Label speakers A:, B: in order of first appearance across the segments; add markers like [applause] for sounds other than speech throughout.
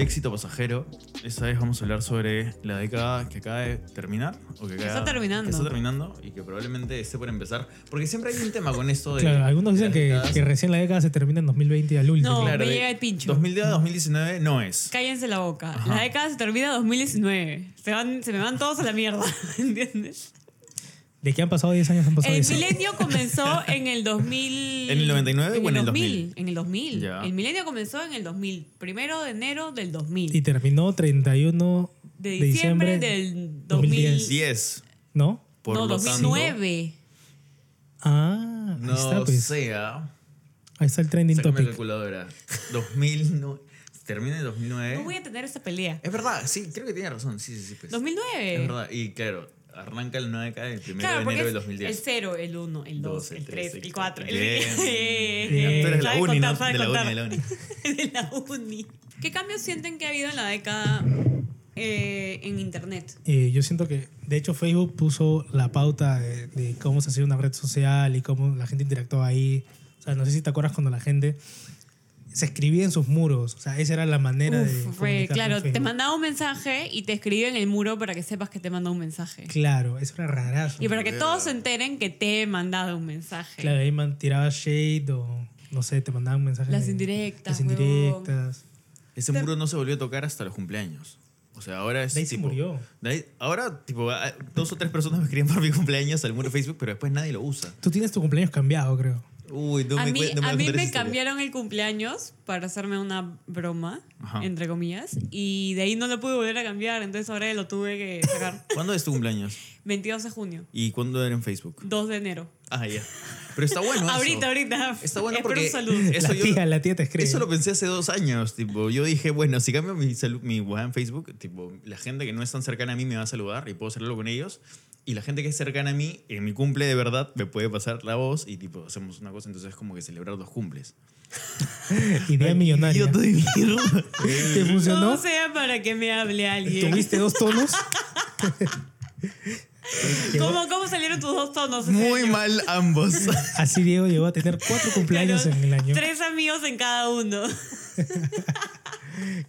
A: éxito pasajero. Esa vez vamos a hablar sobre la década que acaba de terminar. O que, acaba-
B: está terminando.
A: que está terminando y que probablemente esté por empezar. Porque siempre hay un tema con esto de.
C: Claro, algunos
A: de
C: dicen
A: las
C: que,
A: décadas.
C: que recién la década se termina en 2020 y al último.
B: No,
A: Claro,
B: me
A: de-
B: llega el pincho.
A: 2010 a 2019 no es.
B: Cállense la boca.
A: Ajá.
B: La década se termina en 2019. Se, van, se me van todos a la mierda, [laughs] ¿entiendes?
C: De que han pasado 10 años han
A: Pues
C: pasado
B: El
C: 10 años.
A: [laughs]
B: milenio comenzó en el 2000.
A: ¿En el 99 o en el 2000?
B: En el 2000.
A: Ya.
B: El milenio comenzó en el 2000. Primero de enero del 2000.
C: Y terminó 31
B: de diciembre, del
C: 2010.
B: 2010.
A: 10.
C: ¿No?
A: Por
B: no,
A: lo
B: 2009.
C: Ah,
A: tanto,
C: ahí está,
A: no
C: pues.
A: sea.
C: Ahí está el trending
A: Sácame la
C: topic.
A: calculadora. 2009. Termina en
B: No voy
A: 2009.
B: a tener esa pelea.
A: Es verdad, sí, creo que tiene razón. Sí, sí, sí. pues.
B: 2009.
A: ¿eh? Es verdad. Y claro, arranca el 9 acá el 1
B: Claro,
A: de
B: porque
A: enero
B: es
A: del 2010.
B: el 0, el 1, el 2, el 3, el 4, el [laughs]
A: Bien. Tú eres la
B: Eh, Sabe
A: uni, ¿no?
B: contar, sabe
A: De la uni,
B: contar.
A: de la uni.
B: de la uni. ¿Qué cambios sienten que ha habido en la década eh, en internet?
C: Eh, yo siento que, de hecho, Facebook puso la pauta de, de cómo se hacía una red social y cómo la gente interactuaba ahí. O sea, no sé si te acuerdas cuando la gente se escribía en sus muros. O sea, esa era la manera de.
B: Uf, fue-
C: comunicarse en
B: claro, te
C: Facebook.
B: mandaba un mensaje y te escribía en el muro para que sepas que te mandó un mensaje.
C: Claro, eso era rarazo.
B: Y para que todos se enteren que te he mandado un mensaje.
C: Claro, ahí man- tiraba shade o no sé, te mandaban mensajes.
B: Las
C: de-
B: indirectas,
C: Las indirectas.
A: Ese muro no se volvió a tocar hasta los cumpleaños. O sea, ahora es.
C: De ahí se
A: tipo,
C: murió.
A: de ahí- ahora, tipo, ah, dos o tres personas me escriben para mi cumpleaños al muro de Facebook, pero después nadie lo usa.
C: Tú tienes tu cumpleaños cambiado, creo.
A: Uy, no
B: a
A: me
B: mí,
A: cuen- no
B: a
A: me,
B: mí
A: cuentes
B: me
A: esa historia.
B: cambiaron el cumpleaños para hacerme una broma,
A: Ajá.
B: entre comillas, y de ahí no lo pude volver a cambiar, entonces ahora lo tuve que sacar.
A: [laughs] ¿Cuándo es tu cumpleaños?
B: 22 de junio,
A: ¿Y cuándo era en Facebook?
B: 2 de enero.
A: Ah, ya. Pero está bueno. eso.
B: [laughs] Ahorita, ahorita.
A: Está bueno
B: Espero
A: porque
B: un saludo.
A: Eso
C: la
A: yo-
C: tía, la tía te escribe.
A: Eso lo pensé hace dos años, tipo, yo dije, bueno, si cambio mi, salu- mi WhatsApp en Facebook, tipo, la gente que no es tan cercana a mí me va a saludar y puedo hacerlo con ellos, y la gente que es cercana a mí, en mi cumple de verdad, me puede pasar la voz y tipo, hacemos una cosa, entonces es como que celebrar dos cumples.
C: Idea millonaria. [laughs]
A: Yo te [laughs] mierda.
C: ¿Te
B: No
C: funcionó?
B: sea para que me hable alguien.
C: ¿Tuviste
B: [laughs]
C: dos tonos? [laughs] Llegó-
B: ¿Cómo, cómo salieron tus dos tonos?
A: Muy mal ambos. [laughs]
C: Así Diego llegó a tener cuatro cumpleaños en el año.
B: Tres amigos en cada
C: [laughs]
B: uno.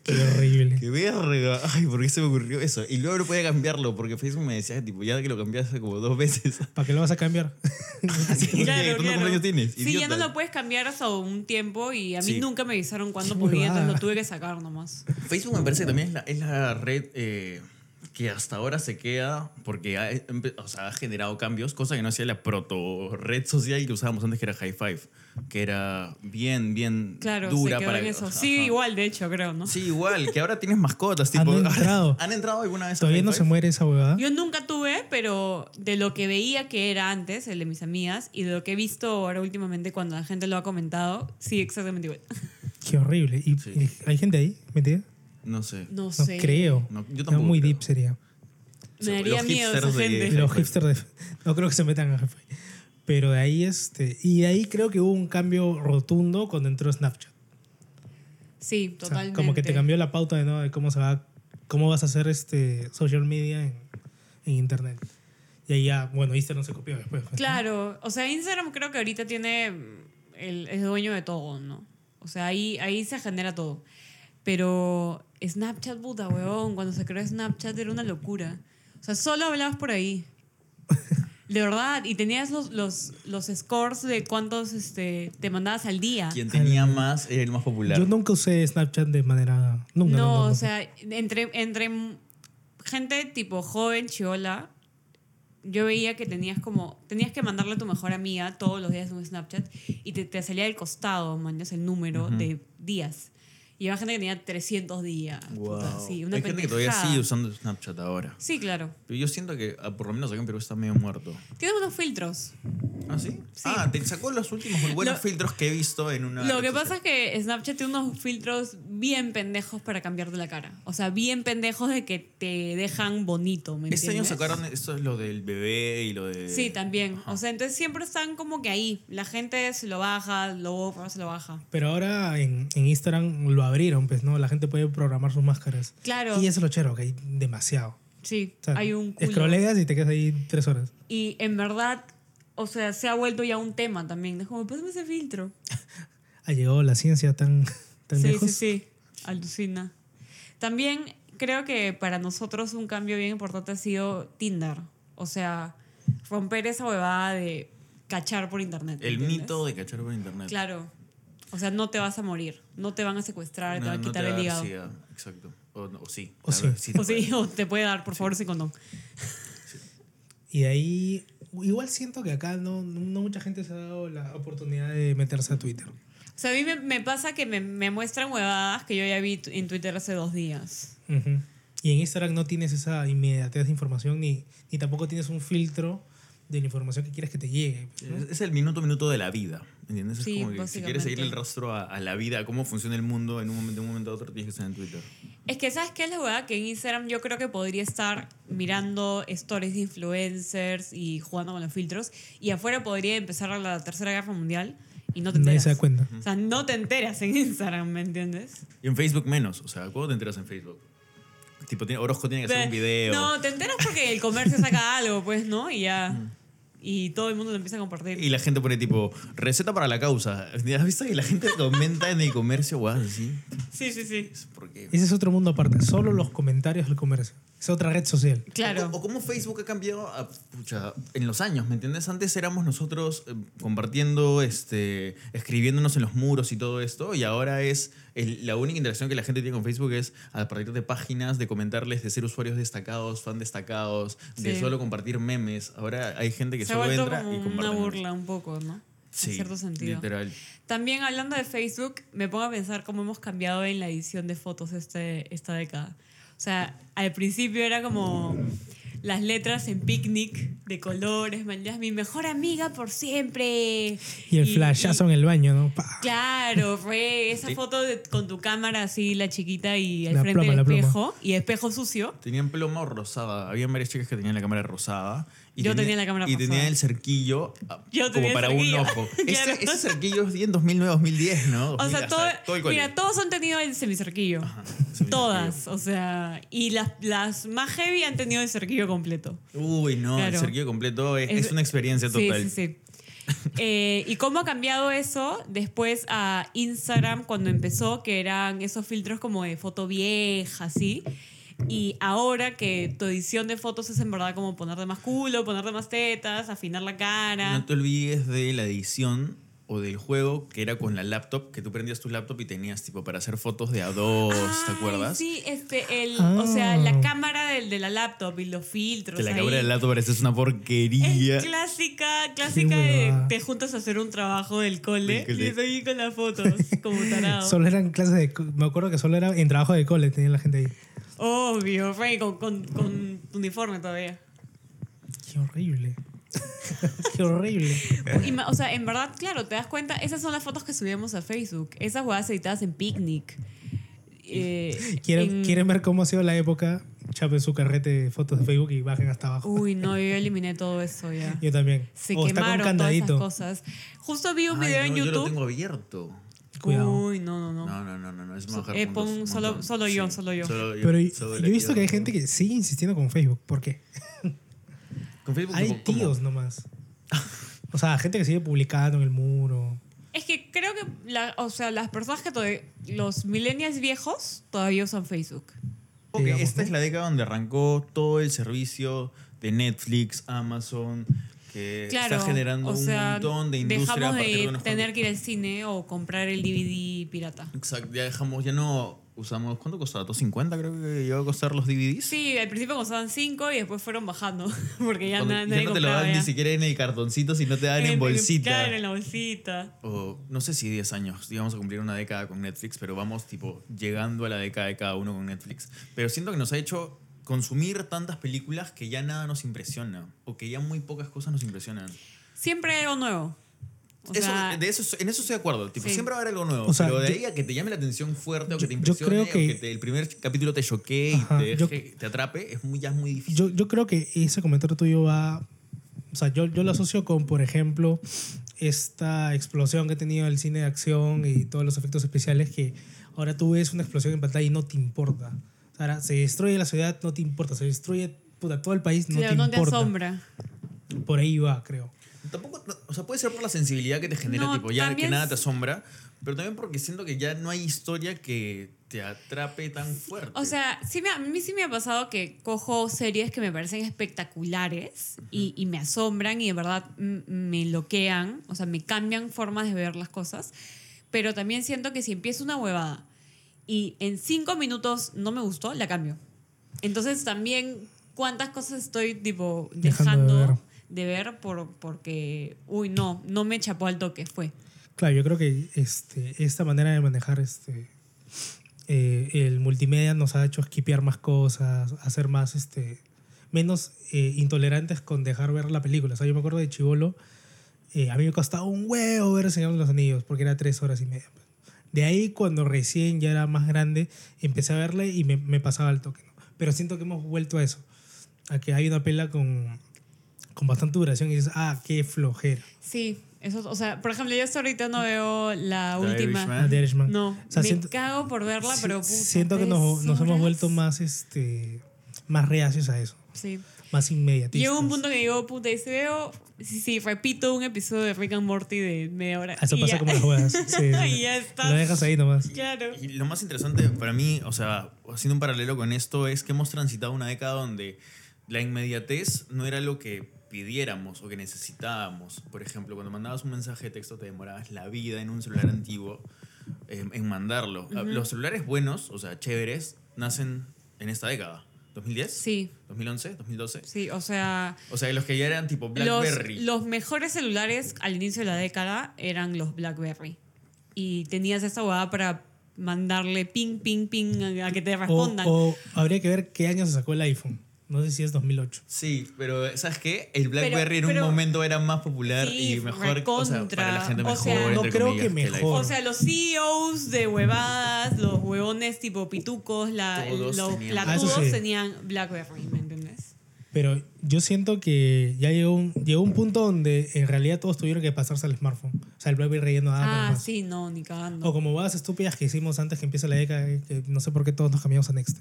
C: Qué horrible.
A: Qué verga. Ay, ¿por qué se me ocurrió eso? Y luego no podía cambiarlo porque Facebook me decía, tipo, ya que lo cambiaste como dos veces. [laughs]
C: ¿Para qué lo vas a cambiar?
A: Así que, ¿cuántos
B: Claro, claro.
A: cumpleaños tienes?
B: Sí, ya no
A: Idiota.
B: lo puedes cambiar hasta un tiempo y a mí
A: Sí.
B: nunca me avisaron cuándo
C: Qué
B: podía,
C: huevada.
B: entonces lo tuve que sacar nomás.
A: Facebook me parece que también es la, es la red eh, que hasta ahora se queda porque ha, empe- o sea, ha generado cambios, cosa que no hacía la proto red social que usábamos antes, que era High Five, que era bien, bien
B: Claro,
A: dura
B: se quedó
A: para
B: en eso.
A: o sea,
B: sí,
A: ajá.
B: igual, de hecho, creo, ¿no?
A: Sí, igual, que ahora tienes
C: [laughs]
A: mascotas.
C: Han
A: Tipo,
C: entrado.
A: [laughs] ¿Han entrado alguna vez? a
C: Todavía
A: High
C: no se
A: Five?
C: muere esa huevada.
B: Yo nunca tuve, pero de lo que veía que era antes, el de mis amigas, y de lo que he visto ahora últimamente cuando la gente lo ha comentado, sí, exactamente igual. [laughs]
C: Qué horrible. ¿Y
A: Sí.
C: y hay gente ahí metida?
A: No sé.
B: No
C: No
B: sé.
C: creo.
A: No, yo
C: No,
A: tampoco
C: muy
A: creo.
C: deep sería.
B: Me
A: Los
B: daría miedo esa
A: hipsters de-
B: gente.
A: High
C: Los
A: five.
C: hipsters de... [laughs] No creo que se metan a jefe. Pero de ahí este... Y de ahí creo que hubo un cambio rotundo cuando entró Snapchat.
B: Sí,
C: O sea,
B: totalmente.
C: como que te cambió la pauta de, ¿no? de cómo se va cómo vas a hacer este social media en, en internet y ahí ya bueno Instagram se copió después [laughs] pues, ¿no?
B: Claro, o sea, Instagram creo que ahorita tiene. mm, El, es dueño de todo, ¿no? O sea, ahí, ahí se genera todo. Pero Snapchat, puta huevón, cuando se creó Snapchat era una locura. O sea, solo hablabas por ahí. De verdad, y tenías los, los, los scores de cuántos este, te mandabas al día.
A: Quien tenía más era el más popular.
C: yo nunca usé Snapchat de manera nunca
B: No,
C: nunca,
B: o
C: nunca.
B: sea, entre, entre gente tipo joven, chiola, yo veía que tenías como, tenías que mandarle a tu mejor amiga todos los días un Snapchat y te, te salía del costado, mañas, el número de días. Y había gente que tenía 300 días.
A: Wow.
B: puta, sí, una
A: Hay gente que todavía
B: pendejada.
A: sigue usando Snapchat ahora.
B: Sí, claro.
A: Pero yo siento que, ah, por lo menos acá en Perú, está medio muerto.
B: Tiene unos filtros.
A: ¿Ah, sí?
B: Sí.
A: Ah, te sacó los últimos buenos
B: Lo-
A: filtros que he visto en una.
B: Lo
A: red
B: que
A: social.
B: pasa es que Snapchat tiene unos filtros bien pendejos para cambiarte la cara. O sea, bien pendejos de que te dejan bonito, ¿me
A: Este año
B: entiendes?
A: sacaron esto es lo del bebé y lo de.
B: Sí, también.
A: Ajá.
B: O sea, entonces siempre están como que ahí. La gente se lo baja, lo borra, se lo baja.
C: pero ahora en, en Instagram lo abrieron pues no la gente puede programar sus máscaras
B: Claro.
C: y eso es lo chero que hay demasiado
B: Sí,
C: o sea,
B: hay un culo.
C: scrolleas y te quedas ahí tres horas
B: Y en verdad, o sea, se ha vuelto ya un tema también. Es como, pásame ese filtro.
C: ha llegado la ciencia tan [laughs] tan
B: sí,
C: lejos
B: sí, sí. Alucina. También creo que para nosotros un cambio bien importante ha sido Tinder. O sea, romper esa huevada de cachar por internet.
A: El
B: ¿entiendes?
A: mito de cachar por internet.
B: Claro. O sea, no te vas a morir. No te van a secuestrar,
A: No,
B: te van a
A: no
B: quitar
A: va a
B: el
A: dar
B: hígado.
A: sida, Exacto. O, no- o sí.
C: O
A: claro,
C: sí.
A: te
B: O sí,
A: puede.
B: o te puede dar, por favor, sin condón.
C: Y de ahí, igual siento que acá no, no, no mucha gente se ha dado la oportunidad de meterse a Twitter.
B: O sea, a mí me, me pasa que me, me muestran huevadas que yo ya vi tu- en Twitter hace dos días.
C: Ujú. Y en Instagram no tienes esa inmediatez de información ni, ni tampoco tienes un filtro de la información que quieres que te llegue. pues, ¿no?
A: Es, es el minuto a minuto de la vida. ¿Entiendes? Es
B: Sí,
A: como que si quieres seguir el
B: básicamente.
A: rastro a, a la vida, a cómo funciona el mundo en un momento, de un momento a otro, tienes que estar en Twitter.
B: Es que, ¿sabes qué es la huevada? Que en Instagram yo creo que podría estar mirando stories de influencers y jugando con los filtros. Y afuera podría empezar la Tercera Guerra Mundial y no te
C: Nadie
B: enteras.
C: se da cuenta.
B: O sea, no te enteras en Instagram, ¿me entiendes?
A: Y en Facebook menos. O sea, ¿cuándo te enteras en Facebook? Tipo, tiene- Orozco tiene que hacer un video.
B: No, te enteras porque el comercio saca algo, pues, ¿no? Y ya. Y todo el mundo lo empieza a compartir.
A: Mm. Y la gente pone tipo, receta para la causa. [laughs] ¿Has visto? Y la gente comenta en el comercio, guau, así.
B: Sí, sí, sí.
A: Es porque-
C: Ese es otro mundo aparte, solo los comentarios del comercio. Es otra red social.
B: Claro.
A: O, o cómo Facebook ha cambiado a- pucha, en los años, ¿me entiendes? Antes éramos nosotros eh, compartiendo, este, escribiéndonos en los muros y todo esto, y ahora es el- la única interacción que la gente tiene con Facebook es a partir de páginas, de comentarles, de ser usuarios destacados, fan destacados, de
B: Sí.
A: solo compartir memes. Ahora hay gente que
B: Se ha
A: solo
B: vuelto
A: entra
B: como
A: y comparte.
B: una
A: memes.
B: burla un poco, ¿no?
A: Sí,
B: en cierto sentido.
A: Literal.
B: También hablando de Facebook, me pongo a pensar cómo hemos cambiado en la edición de fotos este, esta década. O sea, al principio era como las letras en picnic de colores, man, ya, mi mejor amiga por siempre.
C: Y el flashazo en el baño, ¿no? Pa.
B: Claro, fue esa
A: Sí.
B: foto de- con tu cámara así, la chiquita y al
C: La
B: frente
C: pluma,
B: del
C: la pluma.
B: espejo y espejo sucio.
A: Tenían pluma o rosada. Habían varias chicas que tenían la cámara rosada.
B: Yo tenía la cámara
A: Y tenía
B: rosada.
A: el cerquillo ah,
B: Yo
A: como
B: tenía el
A: para
B: cerquillo.
A: un
B: [laughs]
A: ojo.
B: Claro.
A: ese, ese cerquillo es bien 2009-2010, ¿no?
B: O
A: 2000,
B: sea,
A: hasta
B: todo,
A: el colegio.
B: mira, todos han tenido el semicerquillo.
A: Ajá, ese mismo
B: Todas, o sea, y las, las más heavy han tenido el cerquillo completo.
A: cerquillo. Uy, no, el
B: Claro.
A: cerquillo completo es,
B: Es-
A: es una experiencia total.
B: Sí, sí, sí. [laughs] Eh, ¿Y cómo ha cambiado eso después a Instagram cuando empezó, que eran esos filtros como de foto vieja, así? Y ahora que tu edición de fotos es en verdad como ponerte más culo, ponerte más tetas, afinar la cara.
A: No te olvides de la edición o del juego que era con la laptop, que tú prendías tu laptop y tenías tipo para hacer fotos de a dos, ¿te
B: Ay,
A: acuerdas?
B: Sí, este, el,
C: Ah.
B: o sea, la cámara del, de la laptop y los filtros.
A: Que la
B: ahí.
A: cámara del laptop parecía una porquería.
B: Es clásica, clásica de
C: huevada.
B: te juntas a hacer un trabajo del
A: Del
B: cole
A: cole.
B: y estoy ahí con las fotos, como tarado.
C: [laughs] Solo eran clases de... co- Me acuerdo que solo era en trabajo de cole, tenía la gente ahí.
B: Obvio, Frank, con, con, con tu uniforme todavía.
C: Qué horrible. [laughs] Qué horrible.
B: Y ma- o sea, en verdad, claro, te das cuenta, esas son las fotos que subíamos a Facebook. Esas jugadas editadas en picnic. Eh,
C: ¿Quieren,
B: en-
C: quieren ver cómo ha sido la época? Chapen su carrete de fotos de Facebook y bajen hasta abajo.
B: Uy, no, yo eliminé todo eso
C: [laughs]
B: ya.
C: Yo también.
B: Uh, Se
C: O Oh, está con un
B: quemaron todas esas
C: candadito.
B: cosas. Justo vi un
A: Ay,
B: video en
A: no, Yo lo
B: YouTube.
A: tengo abierto.
C: Cuidado.
B: Uy, no, no, no.
A: No, no, no, no, no, es
B: So-
A: bajar
B: eh, pon
A: puntos, un
B: solo-
A: montón.
B: solo yo, solo yo.
C: Pero
A: solo
C: yo
A: la
C: he visto que hay
A: quiero.
C: gente que sigue insistiendo con Facebook. ¿Por qué?
A: Con Facebook
C: Hay
A: como- como-
C: tíos nomás. O sea, gente que sigue publicando en el muro.
B: Es que creo que, la- o sea, las personas que todavía, los millennials viejos todavía usan Facebook.
A: Eh, Ok,
C: digamos,
A: esta
C: ¿no?
A: es la década donde arrancó todo el servicio de Netflix, Amazon, que
B: Claro.
A: está generando
B: o sea,
A: un montón de industria a
B: Dejamos
A: partir de,
B: de,
A: unos
B: tener que ir al cine o comprar el DVD pirata.
A: cuantos- Exacto, ya dejamos, ya no usamos. ¿Cuánto costaba? ¿250 creo que iba a costar los DVDs?
B: Sí, al principio costaban 5 y después fueron bajando. [laughs] Porque ya,
A: Cuando
B: na-
A: ya
B: nadie
A: no te lo
B: compraba
A: dan
B: ya.
A: ni siquiera en el cartoncito, sino te dan en,
B: En-
A: bolsita.
B: [laughs] Claro, en la bolsita.
A: o no sé si 10 años, íbamos a cumplir una década con Netflix, pero vamos tipo llegando a la década de cada uno con Netflix. Pero siento que nos ha hecho consumir tantas películas que ya nada nos impresiona o que ya muy pocas cosas nos impresionan.
B: Siempre hay algo nuevo. O
A: Eso-
B: sea,
A: de eso, en eso estoy de acuerdo, tipo,
B: Sí.
A: siempre va a haber algo nuevo,
C: O sea,
A: pero de
C: yo-
A: ahí a que te llame la atención fuerte o que
C: yo-
A: te
C: yo
A: impresione
C: creo
A: o
C: que-
A: que te- el primer capítulo te choquee y
C: Ajá,
A: te,
C: yo-
A: deje- te atrape, es muy, ya es muy difícil.
C: Yo, yo creo que ese comentario tuyo va. O sea, yo, yo lo asocio con, por ejemplo, esta explosión que ha tenido el cine de acción y todos los efectos especiales que ahora tú ves una explosión en pantalla y no te importa. O sea, ahora se destruye la ciudad, no te importa. Se destruye puta, todo el país, no
B: claro,
C: te
B: no te
C: importa.
B: asombra.
C: Por ahí va, creo.
A: Tampoco, o sea, puede ser por la sensibilidad que te genera,
B: No,
A: tipo, ya que
B: también
A: nada
B: es-
A: te asombra, pero también porque siento que ya no hay historia que te atrape tan fuerte.
B: O sea, sí me, ha- a mí sí me ha pasado que cojo series que me parecen espectaculares y, y me asombran y de verdad mm, me loquean, o sea, me cambian formas de ver las cosas, pero también siento que si empiezo una huevada y en cinco minutos no me gustó, la cambio. Entonces también cuántas cosas estoy tipo
C: Dejando
B: dejando,
C: de
B: de ver, por, porque, uy, no, no me chapó al toque, fue.
C: Claro, yo creo que este, esta manera de manejar este, eh, el multimedia nos ha hecho esquipear más cosas, hacer más este, menos eh, intolerantes con dejar ver la película. O sea, yo me acuerdo de Chivolo, eh, a mí me costaba un huevo ver El Señor de los Anillos porque era tres horas y media. pues. De ahí, cuando recién ya era más grande, empecé a verle y me, me pasaba el toque. ¿no? Pero siento que hemos vuelto a eso, a que hay una pela con, con bastante duración y dices, ah, qué flojera.
B: Sí, eso, o sea, por ejemplo, yo hasta ahorita no veo la
A: The
B: última.
A: Irishman.
C: Ah, The Irishman.
B: No,
C: O sea,
B: me
C: siento-
B: cago por verla,
C: Sí,
B: pero puta,
C: siento que
B: tres
C: nos, nos hemos
B: horas.
C: vuelto más este más reacios a eso,
B: Sí.
C: más inmediatistas.
B: Llega un punto que digo, puta, y si veo, si, si repito un episodio de Rick and Morty de media hora.
C: Eso
B: y
C: pasa
B: ya- [laughs]
C: como las juegas. Sí, sí, sí.
B: y ya está.
C: Lo dejas ahí nomás.
B: Claro.
A: Y lo más interesante para mí, o sea, haciendo un paralelo con esto, es que hemos transitado una década donde la inmediatez no era lo que pidiéramos o que necesitábamos. Por ejemplo, cuando mandabas un mensaje de texto te demorabas la vida en un celular antiguo em, en mandarlo. Ah, Los celulares buenos, o sea, chéveres, nacen en esta década. ¿2010?
B: Sí,
A: ¿2011? ¿2012?
B: sí, o sea,
A: O sea, los que ya eran tipo
B: los,
A: BlackBerry.
B: los mejores celulares al inicio de la década eran los BlackBerry. Y tenías esa huevada para mandarle ping, ping, ping a, a que te
C: O,
B: respondan.
C: o habría que ver qué año se sacó el iPhone. No sé si es 2008.
A: Sí, pero ¿sabes qué? El BlackBerry en
B: pero-
A: un momento era más popular
B: Sí,
A: y mejor o sea, para la
B: recontra.
A: gente
B: O
A: mejor.
B: sea,
A: entre
C: No creo
A: comillas,
C: que
A: el iPhone.
C: mejor.
B: O sea, los CEOs de huevadas, los huevones tipo pitucos, la,
A: Todos
B: los
A: tenían-
B: platudos
C: Ah, eso sí. Ah,
B: tenían BlackBerry, ¿me entendés?
C: Pero yo siento que ya llegó un, llegó un punto donde en realidad todos tuvieron que pasarse al smartphone. O sea, el BlackBerry ya no daba para
B: Ah,
C: más.
B: sí, no, ni
C: O
B: cagando.
C: como bodas estúpidas que hicimos antes que empiece la década, eh, que no sé por qué todos nos cambiamos
B: [laughs]
C: a Next.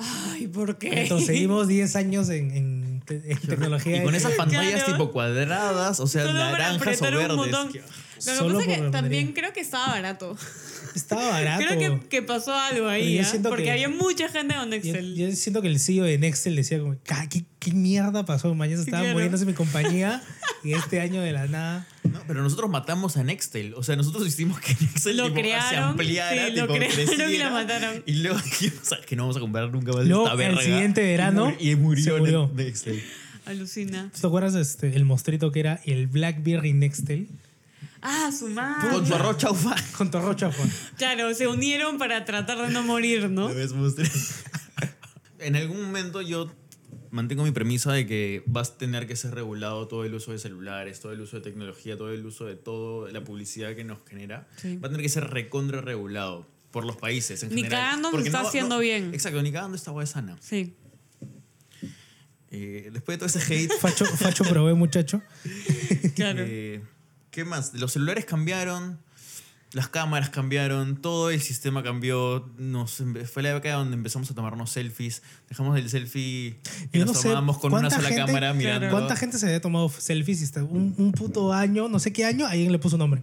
B: Ay, ¿por qué?
C: Entonces seguimos 10 años en, en te- en tecnología.
A: Y con esas pantallas
B: Claro.
A: tipo cuadradas, o sea,
B: Solo para
A: naranjas o
B: apretar un
A: verdes.
B: botón.
A: que-
B: [laughs] Lo que
C: Solo
B: pasa es
C: por
B: que
C: la
B: también
C: bandería.
B: creo que estaba barato. [laughs]
C: Estaba barato.
B: Creo que, que pasó algo
C: Pero
B: ahí,
C: yo
B: ¿ah?
C: siento
B: porque
C: que-
B: había mucha gente con
C: Yo,
B: Excel.
C: yo siento que el CEO de Nextel decía como, "Ca- ¿qué, qué mierda pasó? Mañana estaba
B: claro.
C: muriéndose mi [laughs] compañía y este año de la nada.
A: No, pero nosotros matamos a Nextel. O sea, nosotros hicimos que Nextel
B: Lo
A: tipo, se
B: crearon,
A: ampliara,
B: sí, lo
A: tipo,
B: crearon y
A: creciera,
B: la mataron.
A: Y luego dijimos "Ah, que no vamos a comprar nunca más
C: Luego,
A: esta
C: el
A: verga.
C: siguiente verano,
A: Y, mur- y murió,
C: se murió.
A: Nextel.
B: Alucina.
C: ¿Tú te acuerdas este, el mostrito que era el BlackBerry Nextel?
B: Ah, su madre.
A: Con su arroz chaufa.
C: Con Torro Chafón.
B: Claro, se unieron para tratar de no morir,
C: [laughs]
B: ¿no?
A: Lo ves, Mustre. [laughs] en algún momento yo mantengo mi premisa de que vas a tener que ser regulado todo el uso de celulares, todo el uso de tecnología, todo el uso de toda la publicidad que nos genera.
B: Sí.
A: Va a tener que ser recontra regulado por los países en
B: Ni
A: general.
B: cagando nos
A: Porque
B: está
A: va-
B: haciendo bien.
A: Exacto, ni cagando esta hueá es sana.
B: Sí.
A: Eh, después de todo ese hate,
C: Facho, Facho probé, muchacho. [laughs]
B: Claro.
A: eh, ¿qué más? Los celulares cambiaron. Las cámaras cambiaron, todo el sistema cambió. Nos, empe- fue la época donde empezamos a tomarnos selfies. Dejamos el selfie y
C: Yo
A: nos
C: no sé
A: tomábamos con una
C: cuánta
A: sola
C: gente-
A: cámara mirando.
C: ¿Cuánta gente se había tomado selfies? y está- Un, un puto año, no sé qué año, alguien le puso nombre.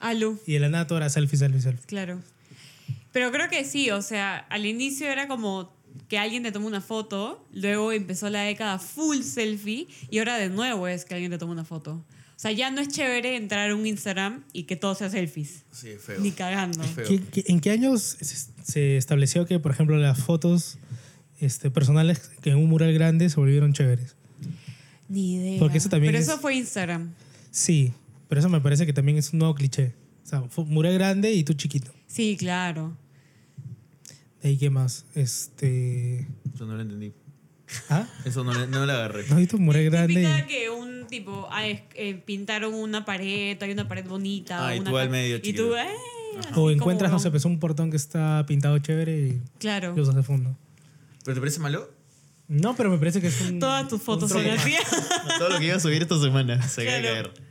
B: Alu.
C: Y de la nada todo era selfie, selfie, selfie.
B: Claro. Pero creo que sí, o sea, al inicio era como que alguien te tomó una foto, luego empezó la década full selfie y ahora de nuevo es que alguien te toma una foto. O sea, ya no es chévere entrar a un Instagram y que todo sea selfies,
A: Sí, es feo.
B: ni cagando.
A: Es feo.
C: ¿Qué- qué- en qué años se, se estableció que, por ejemplo, las fotos este, personales que en un mural grande se volvieron chéveres?
B: Ni idea.
C: Porque eso también
B: Pero
C: es-
B: eso fue Instagram.
C: Sí, pero eso me parece que también es un nuevo cliché. O sea, fu- mural grande y tú chiquito.
B: Sí, claro.
C: De ahí, ¿qué más? Este...
A: Eso no lo entendí.
C: ¿Ah?
A: Eso no, le- no lo agarré.
C: ¿No has visto un
B: [laughs]
C: mural
B: Típica
C: grande?
B: que un tipo, ah, es- eh, pintaron una pared, hay una pared bonita.
A: Ah, y
B: una
A: tú al
B: ca-
A: medio,
B: Y tú,
A: chiquito.
B: eh, así
C: Y, o
B: como
C: encuentras, no
B: huevón.
C: sé, pues un portón que está pintado chévere y
B: Claro.
C: lo usas de fondo.
A: ¿Pero te parece malo?
C: No, pero me parece que es un...
B: Todas tus fotos
C: un
B: son
C: trope. [laughs]
B: así.
A: Todo lo que iba a subir esta semana se acaba de
B: Claro.
A: caer.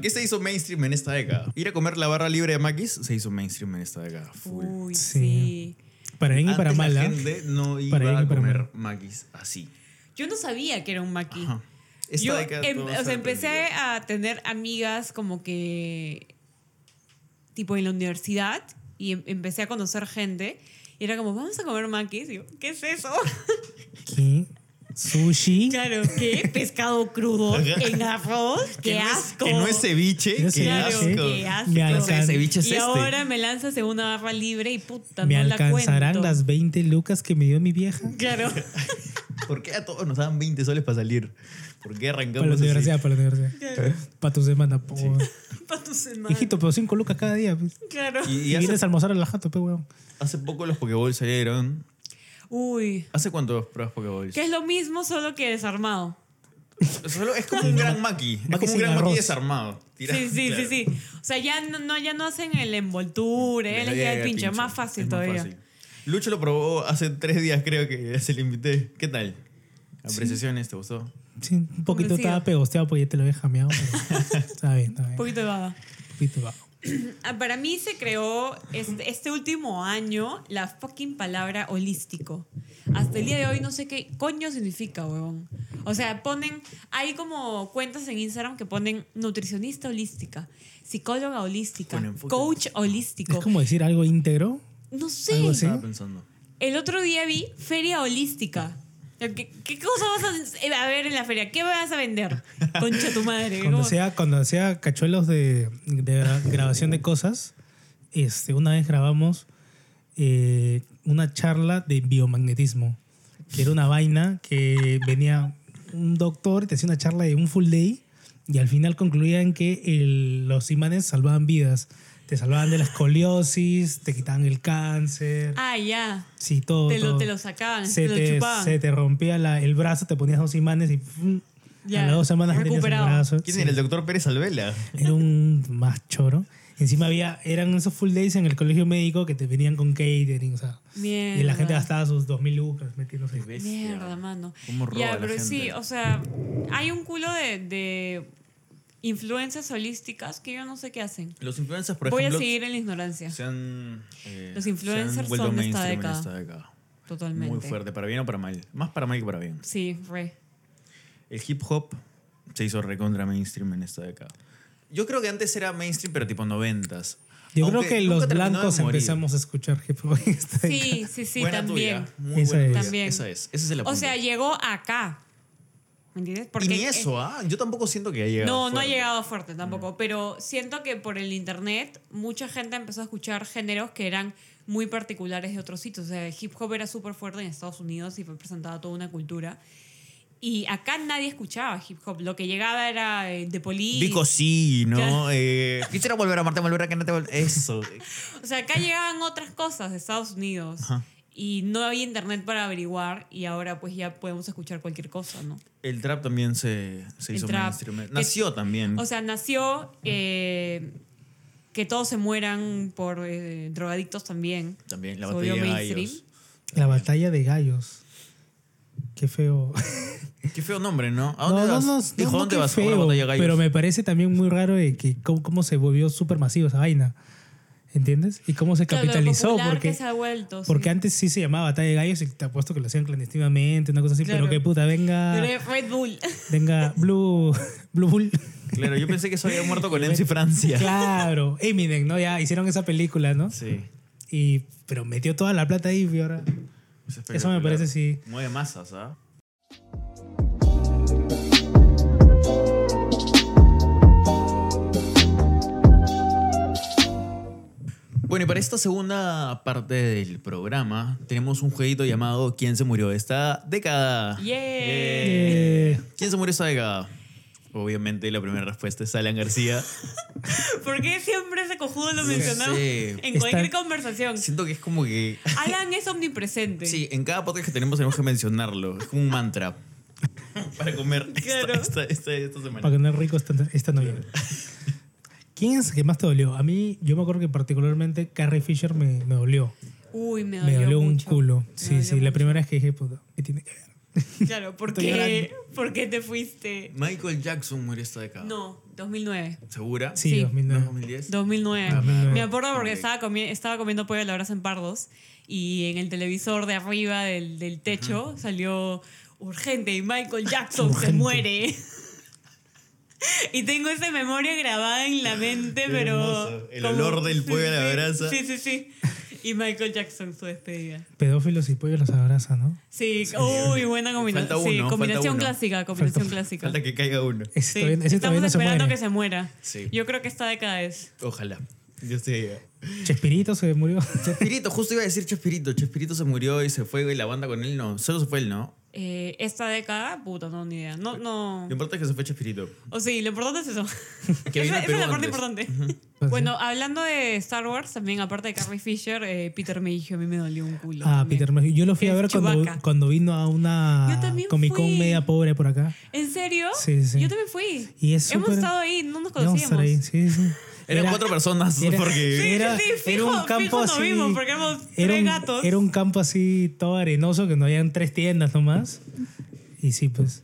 A: ¿Qué se hizo mainstream en esta década? Ir a comer la barra libre de Maquis se hizo mainstream en esta década. Full.
B: Uy,
C: Sí.
B: sí.
C: Para bien y para
A: Antes
C: mal,
A: La
C: ¿ah?
A: gente no iba
C: Para bien
A: a
C: y para
A: comer Maquis así.
B: Yo no sabía que era un maqui.
A: Ajá. Esta
B: yo
A: década
B: em-
A: todo va a
B: o sea,
A: ser
B: empecé
A: aprendido.
B: a tener amigas como que tipo en la universidad y em- empecé a conocer gente y era como, vamos a comer maquis. Y yo, ¿qué
A: [laughs]
B: es eso?
C: ¿Qué? ¿Sushi?
B: claro, ¿qué? Pescado crudo
A: [laughs]
B: en arroz. ¡Qué
A: no es-
B: asco!
A: que no es ceviche,
C: No es
A: qué
B: Claro,
A: asco.
B: qué asco.
A: ¿Qué clase de
C: alcan-
A: ceviche es
B: y
A: este?
B: ahora me lanzas en una barra libre y puta,
C: ¿Me
B: no la cuento.
C: alcanzarán las 20 lucas que me dio mi vieja?
B: Claro. [laughs]
A: ¿Por qué a todos nos daban 20 soles para salir? ¿Por qué
C: Para la
A: arrancamos así?
C: universidad, para la universidad.
B: claro.
C: Para tu semana, po.
B: [laughs] Para tu semana.
C: Hijito, pero 5 lucas cada día. pues.
B: Claro.
A: Y, y
C: Y
A: hace,
C: vienes a almorzar a la jato, pe, weón.
A: hace poco los Pokéballs salieron.
B: Uy.
A: ¿Hace cuánto pruebas Pokéballs?
B: Que es lo mismo, solo que desarmado.
A: Solo- es
B: [laughs]
A: como un gran maqui. Es
C: Maqui
A: como un
C: sin
A: gran maqui
C: arroz.
A: desarmado. Tira-
B: sí, sí,
A: claro.
B: sí, sí. O sea, ya no, no- ya no hacen el envoltura, ya
A: Le
B: les llega el pinche.
A: pincho.
B: Más fácil
A: Es
B: todavía.
A: fácil. Lucho lo probó hace tres días, creo que se le invité. ¿Qué tal? ¿Apreciaciones? ¿Te gustó?
C: Sí, un poquito
B: Convencido.
C: estaba pegosteado porque ya te lo había jameado. pero [laughs] está bien, está bien.
B: Un poquito de baba.
C: Un poquito va.
B: Ah, Para mí se creó este, este último año la fucking palabra holístico. Hasta el día de hoy no sé qué coño significa, huevón. O sea, ponen, hay como cuentas en Instagram que ponen nutricionista holística, psicóloga holística,
A: Con enfoque.
B: coach holístico.
C: Es como decir algo íntegro.
B: No sé.
C: algo así.
A: Estaba pensando.
B: El otro día vi feria holística. ¿Qué, qué cosa vas a, a ver en la feria? ¿Qué vas
A: [laughs]
B: a vender? Concha tu madre.
C: Cuando
B: ¿Cómo?
C: sea, cuando hacía cachuelos de, de gra- grabación de cosas, este, una vez grabamos eh, una charla de biomagnetismo, que era una vaina que venía un doctor y te hacía una charla de un full day y al final concluían que el- los imanes salvaban vidas. Te salvaban de la escoliosis, te quitaban el cáncer,
B: Ah, ya.
C: sí, todo.
B: Te lo,
C: todo.
B: te lo sacaban,
C: se
B: te lo
C: te,
B: chupaban.
C: se te rompía la- el brazo, te ponías dos imanes y ¡fum!
B: Ya,
C: a las dos semanas tenías el
B: recuperado.
C: brazo.
A: ¿Quién
C: Sí.
A: era? ¿El doctor Pérez Alvela?
C: Era un más choro. Encima había, eran esos full days en el colegio médico que te venían con catering, o sea.
B: Mierda.
C: Y la gente gastaba sus 2.000 lucas metiéndose.
B: Mierda, mano.
A: ¿Cómo roba
B: ya,
A: la
B: pero
A: gente?
B: sí, o sea, hay un culo de, de influencias holísticas que yo no sé qué hacen.
A: Los influencers, por
B: Voy a
A: ejemplo,
B: seguir en la ignorancia.
A: se han, eh,
B: Los
A: se han
B: influencers
A: vuelto
B: son de esta
A: mainstream en
B: década.
A: esta década.
B: Totalmente.
A: Muy fuerte, para bien o para mal. Más para mal que para bien.
B: Sí,
A: [laughs]
B: re.
A: El hip hop se hizo recontra mainstream en esta década. Yo creo que antes era mainstream, pero tipo noventas.
C: Yo
A: Aunque
C: creo que
A: nunca
C: los
A: terminó de
C: blancos
A: morir.
C: empezamos a escuchar hip hop. en este esta década.
B: Sí, sí, sí,
A: Buena
B: también.
A: tuya, muy
C: Esa
A: buena
C: es.
A: tuya.
B: También.
A: Esa es. Ese es el
B: O
A: apunte.
B: sea, llegó acá. ¿Me entiendes?
A: y ni eso, ¿ah? Yo tampoco siento que haya llegado.
B: No, no ha
A: fuerte. Mm.
B: llegado fuerte tampoco, pero siento que por el internet mucha gente empezó a escuchar géneros que eran muy particulares de otros sitios. O sea, el hip hop era súper fuerte en Estados Unidos y fue presentada toda una cultura. Y acá nadie escuchaba hip hop. Lo que llegaba era eh, de Police.
A: Vico sí, ¿no?
B: Claro.
A: Eh, quisiera volver a Marta Malvera que no te
B: [laughs]
A: vol- Eso.
B: O sea, acá llegaban otras cosas de Estados Unidos.
A: Ajá.
B: Y no había internet para averiguar y ahora pues ya podemos escuchar cualquier cosa, ¿no?
A: El trap también se, se
B: El
A: hizo
B: trap.
A: mainstream. Nació también.
B: O sea, nació eh, que todos se mueran por eh, drogadictos también.
A: también la
B: se
A: batalla de
B: volvió
A: gallos.
B: mainstream.
C: La batalla de gallos. Qué feo.
A: Qué feo nombre, ¿no? ¿A dónde vas? Dijo,
C: no,
A: ¿dónde
C: qué
A: vas? A una
C: feo,
A: batalla de gallos.
C: Pero me parece también muy raro de que cómo, cómo se volvió súper masivo esa vaina. ¿Entiendes? Y cómo se
B: Claro, lo
C: capitalizó.
B: popular
C: porque
B: que se ha vuelto.
C: Porque
B: sí.
C: antes sí se llamaba Batalla de Gallos y te apuesto que lo hacían clandestinamente, una cosa así,
B: Claro.
C: pero que puta,
B: Pero
C: venga,
B: es Red Bull. [laughs]
C: venga, Blue, [laughs] Blue Bull.
A: [laughs] Claro, yo pensé que eso había muerto con MC Francia.
C: Claro, Eminem, ¿no? Ya hicieron esa película,
A: [laughs]
C: ¿no?
A: Sí.
C: Y, pero metió toda la plata ahí y ahora.
A: es
C: Eso me parece,
A: espectacular.
C: sí.
A: Mueve masas, ¿ah? Bueno, y para esta segunda parte del programa tenemos un jueguito llamado ¿Quién se murió esta década?
B: Yeah.
C: Eh,
A: ¿Quién se murió esta década? Obviamente la primera respuesta es Alan García.
B: ¿Por qué siempre ese cojudo lo
A: No
B: mencionamos
A: sé.
B: en cualquier
C: Está-
B: conversación?
A: Siento que es como que...
B: Alan es omnipresente.
A: Sí, en cada podcast que tenemos tenemos que mencionarlo. Es como un mantra [laughs] para comer esta,
B: Claro.
A: esta- esta- esta semana.
C: para ganar rico esta, esta novela. ¿Quién es el que más te dolió? A mí, yo me acuerdo que particularmente Carrie Fisher me, me dolió.
B: Uy, me
C: Me
B: dolió,
C: dolió un
B: mucho.
C: culo.
B: Me
C: Sí,
B: dolió
C: sí, la
B: mucho.
C: primera vez que dije, puta, ¿qué tiene que ver?
B: Claro, ¿por
C: Estoy
B: qué? ¿por qué te fuiste?
A: Michael Jackson murió esta década.
B: No, 2009.
A: ¿Segura?
C: Sí,
B: Sí.
C: 2009.
A: ¿No 2010?
B: 2009.
C: 2009.
B: Me acuerdo porque
A: Ok.
B: estaba, comi- estaba comiendo pollo a la brasa en Pardos y en el televisor de arriba del, del techo salió urgente y Michael Jackson se
C: Urgente.
B: muere. [laughs] Y tengo esa memoria grabada en la mente, pero.
A: Hermoso. El olor del pollo a la brasa.
B: Sí, sí, sí. Y Michael Jackson, su despedida.
C: Pedófilos y pollos los abraza, ¿no?
B: Sí, uy, buena
A: Falta
B: combinación.
A: uno,
B: Sí,
A: falta
B: combinación
A: uno.
B: clásica, combinación
C: Falta-
B: clásica.
A: Falta que caiga uno.
C: Ese
B: Sí,
C: todavía- ese
B: estamos
C: todavía no se
B: esperando
C: muere.
B: que se muera.
A: Sí.
B: Yo creo que esta década es.
A: Ojalá. Dios te diga.
C: Chespirito se murió.
B: [laughs]
A: Chespirito, justo iba a decir Chespirito. Chespirito se murió y se fue y la banda con él no. Solo se fue él, ¿no?
B: eh, esta década, puta, no, ni idea. No, no.
A: Lo importante es que se fue Chespirito.
B: O sí, lo importante es eso.
A: [laughs] Que vino a
B: esa esa
A: Perú
B: es la parte
A: antes.
B: importante. [laughs]
C: Pues
B: Bueno, hablando de Star Wars, también aparte de Carrie Fisher, eh, Peter Mayhew a mí me dolió un culo.
C: Ah,
B: también.
C: Peter Mayhew. Yo lo fui
B: Es
C: a ver cuando,
B: Chewbacca.
C: cuando vino a
B: Yo
C: una
B: también
C: Comic
B: fui.
C: Con media pobre por acá.
B: ¿En serio?
C: Sí, sí.
B: Yo también fui.
C: Y es
B: Hemos
C: súper-
B: estado ahí, no nos
C: Vamos a
B: conocíamos.
C: estar ahí, sí, sí.
A: Eran
C: Era-
A: cuatro personas
C: era-
A: porque...
B: Sí,
C: Era-
B: sí, sí,
C: era
B: fijo-
C: un campo
B: fijo nos
C: así-
B: vimos, porque éramos
C: Era
B: tres
C: un,
B: gatos.
C: era un campo así todo arenoso que no habían tres tiendas nomás. Y sí, pues.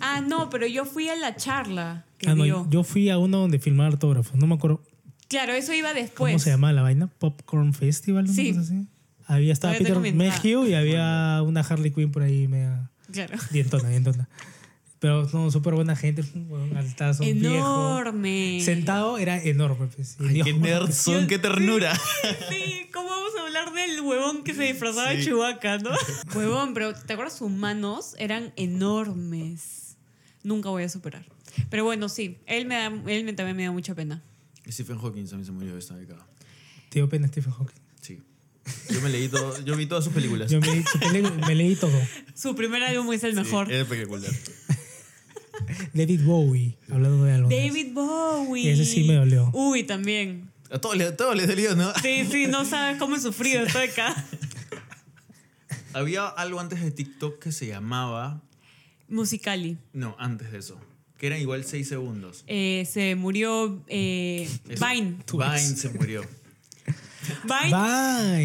B: Ah, no, pero yo fui a la charla que
C: Ah, no,
B: dio.
C: yo fui a uno donde filmaban autógrafos. No me acuerdo
B: Claro, eso iba después.
C: cómo se llamaba la vaina. Popcorn Festival, una
B: Pues. Sí.
C: cosa así. Había estaba
B: Todavía
C: Peter
B: tengo mi entrada.
C: Mayhew y había una Harley Quinn por ahí media
B: Claro.
C: dientona, dientona. Pero no, súper buena gente, un altazo, un viejo.
B: Enorme.
C: Sentado era enorme. Pues. Y
A: Ay,
C: yo-
A: qué nerds son, qué ternura.
B: Sí, ¿cómo vamos a hablar del huevón que se disfrazaba de
A: Sí.
B: Chewbacca, no? [laughs] Huevón, pero ¿te acuerdas? Sus manos eran enormes. Nunca voy a superar. Pero bueno, sí, él, me da, él me- también me da mucha pena.
A: Stephen Hawking también se murió esta década.
C: Tío Pena Stephen Hawking.
A: Sí. Yo me leí todo, yo vi todas sus películas.
C: Yo me, su peli- me leí todo.
B: Su primer álbum es el mejor.
A: Sí, es espectacular.
C: David Bowie, hablando de álbumes.
B: David Bowie.
C: Ese sí me dolió.
B: Uy, también.
A: A todos, les- a todos les dolió, ¿no?
B: Sí, sí, no sabes cómo he sufrido esto acá.
A: [laughs] Había algo antes de TikTok que se llamaba...
B: Musicali.
A: No, antes de eso. Que eran igual seis segundos.
B: Eh, se murió eh,
A: Eso.
B: Vine.
A: Vine se murió
B: Vine.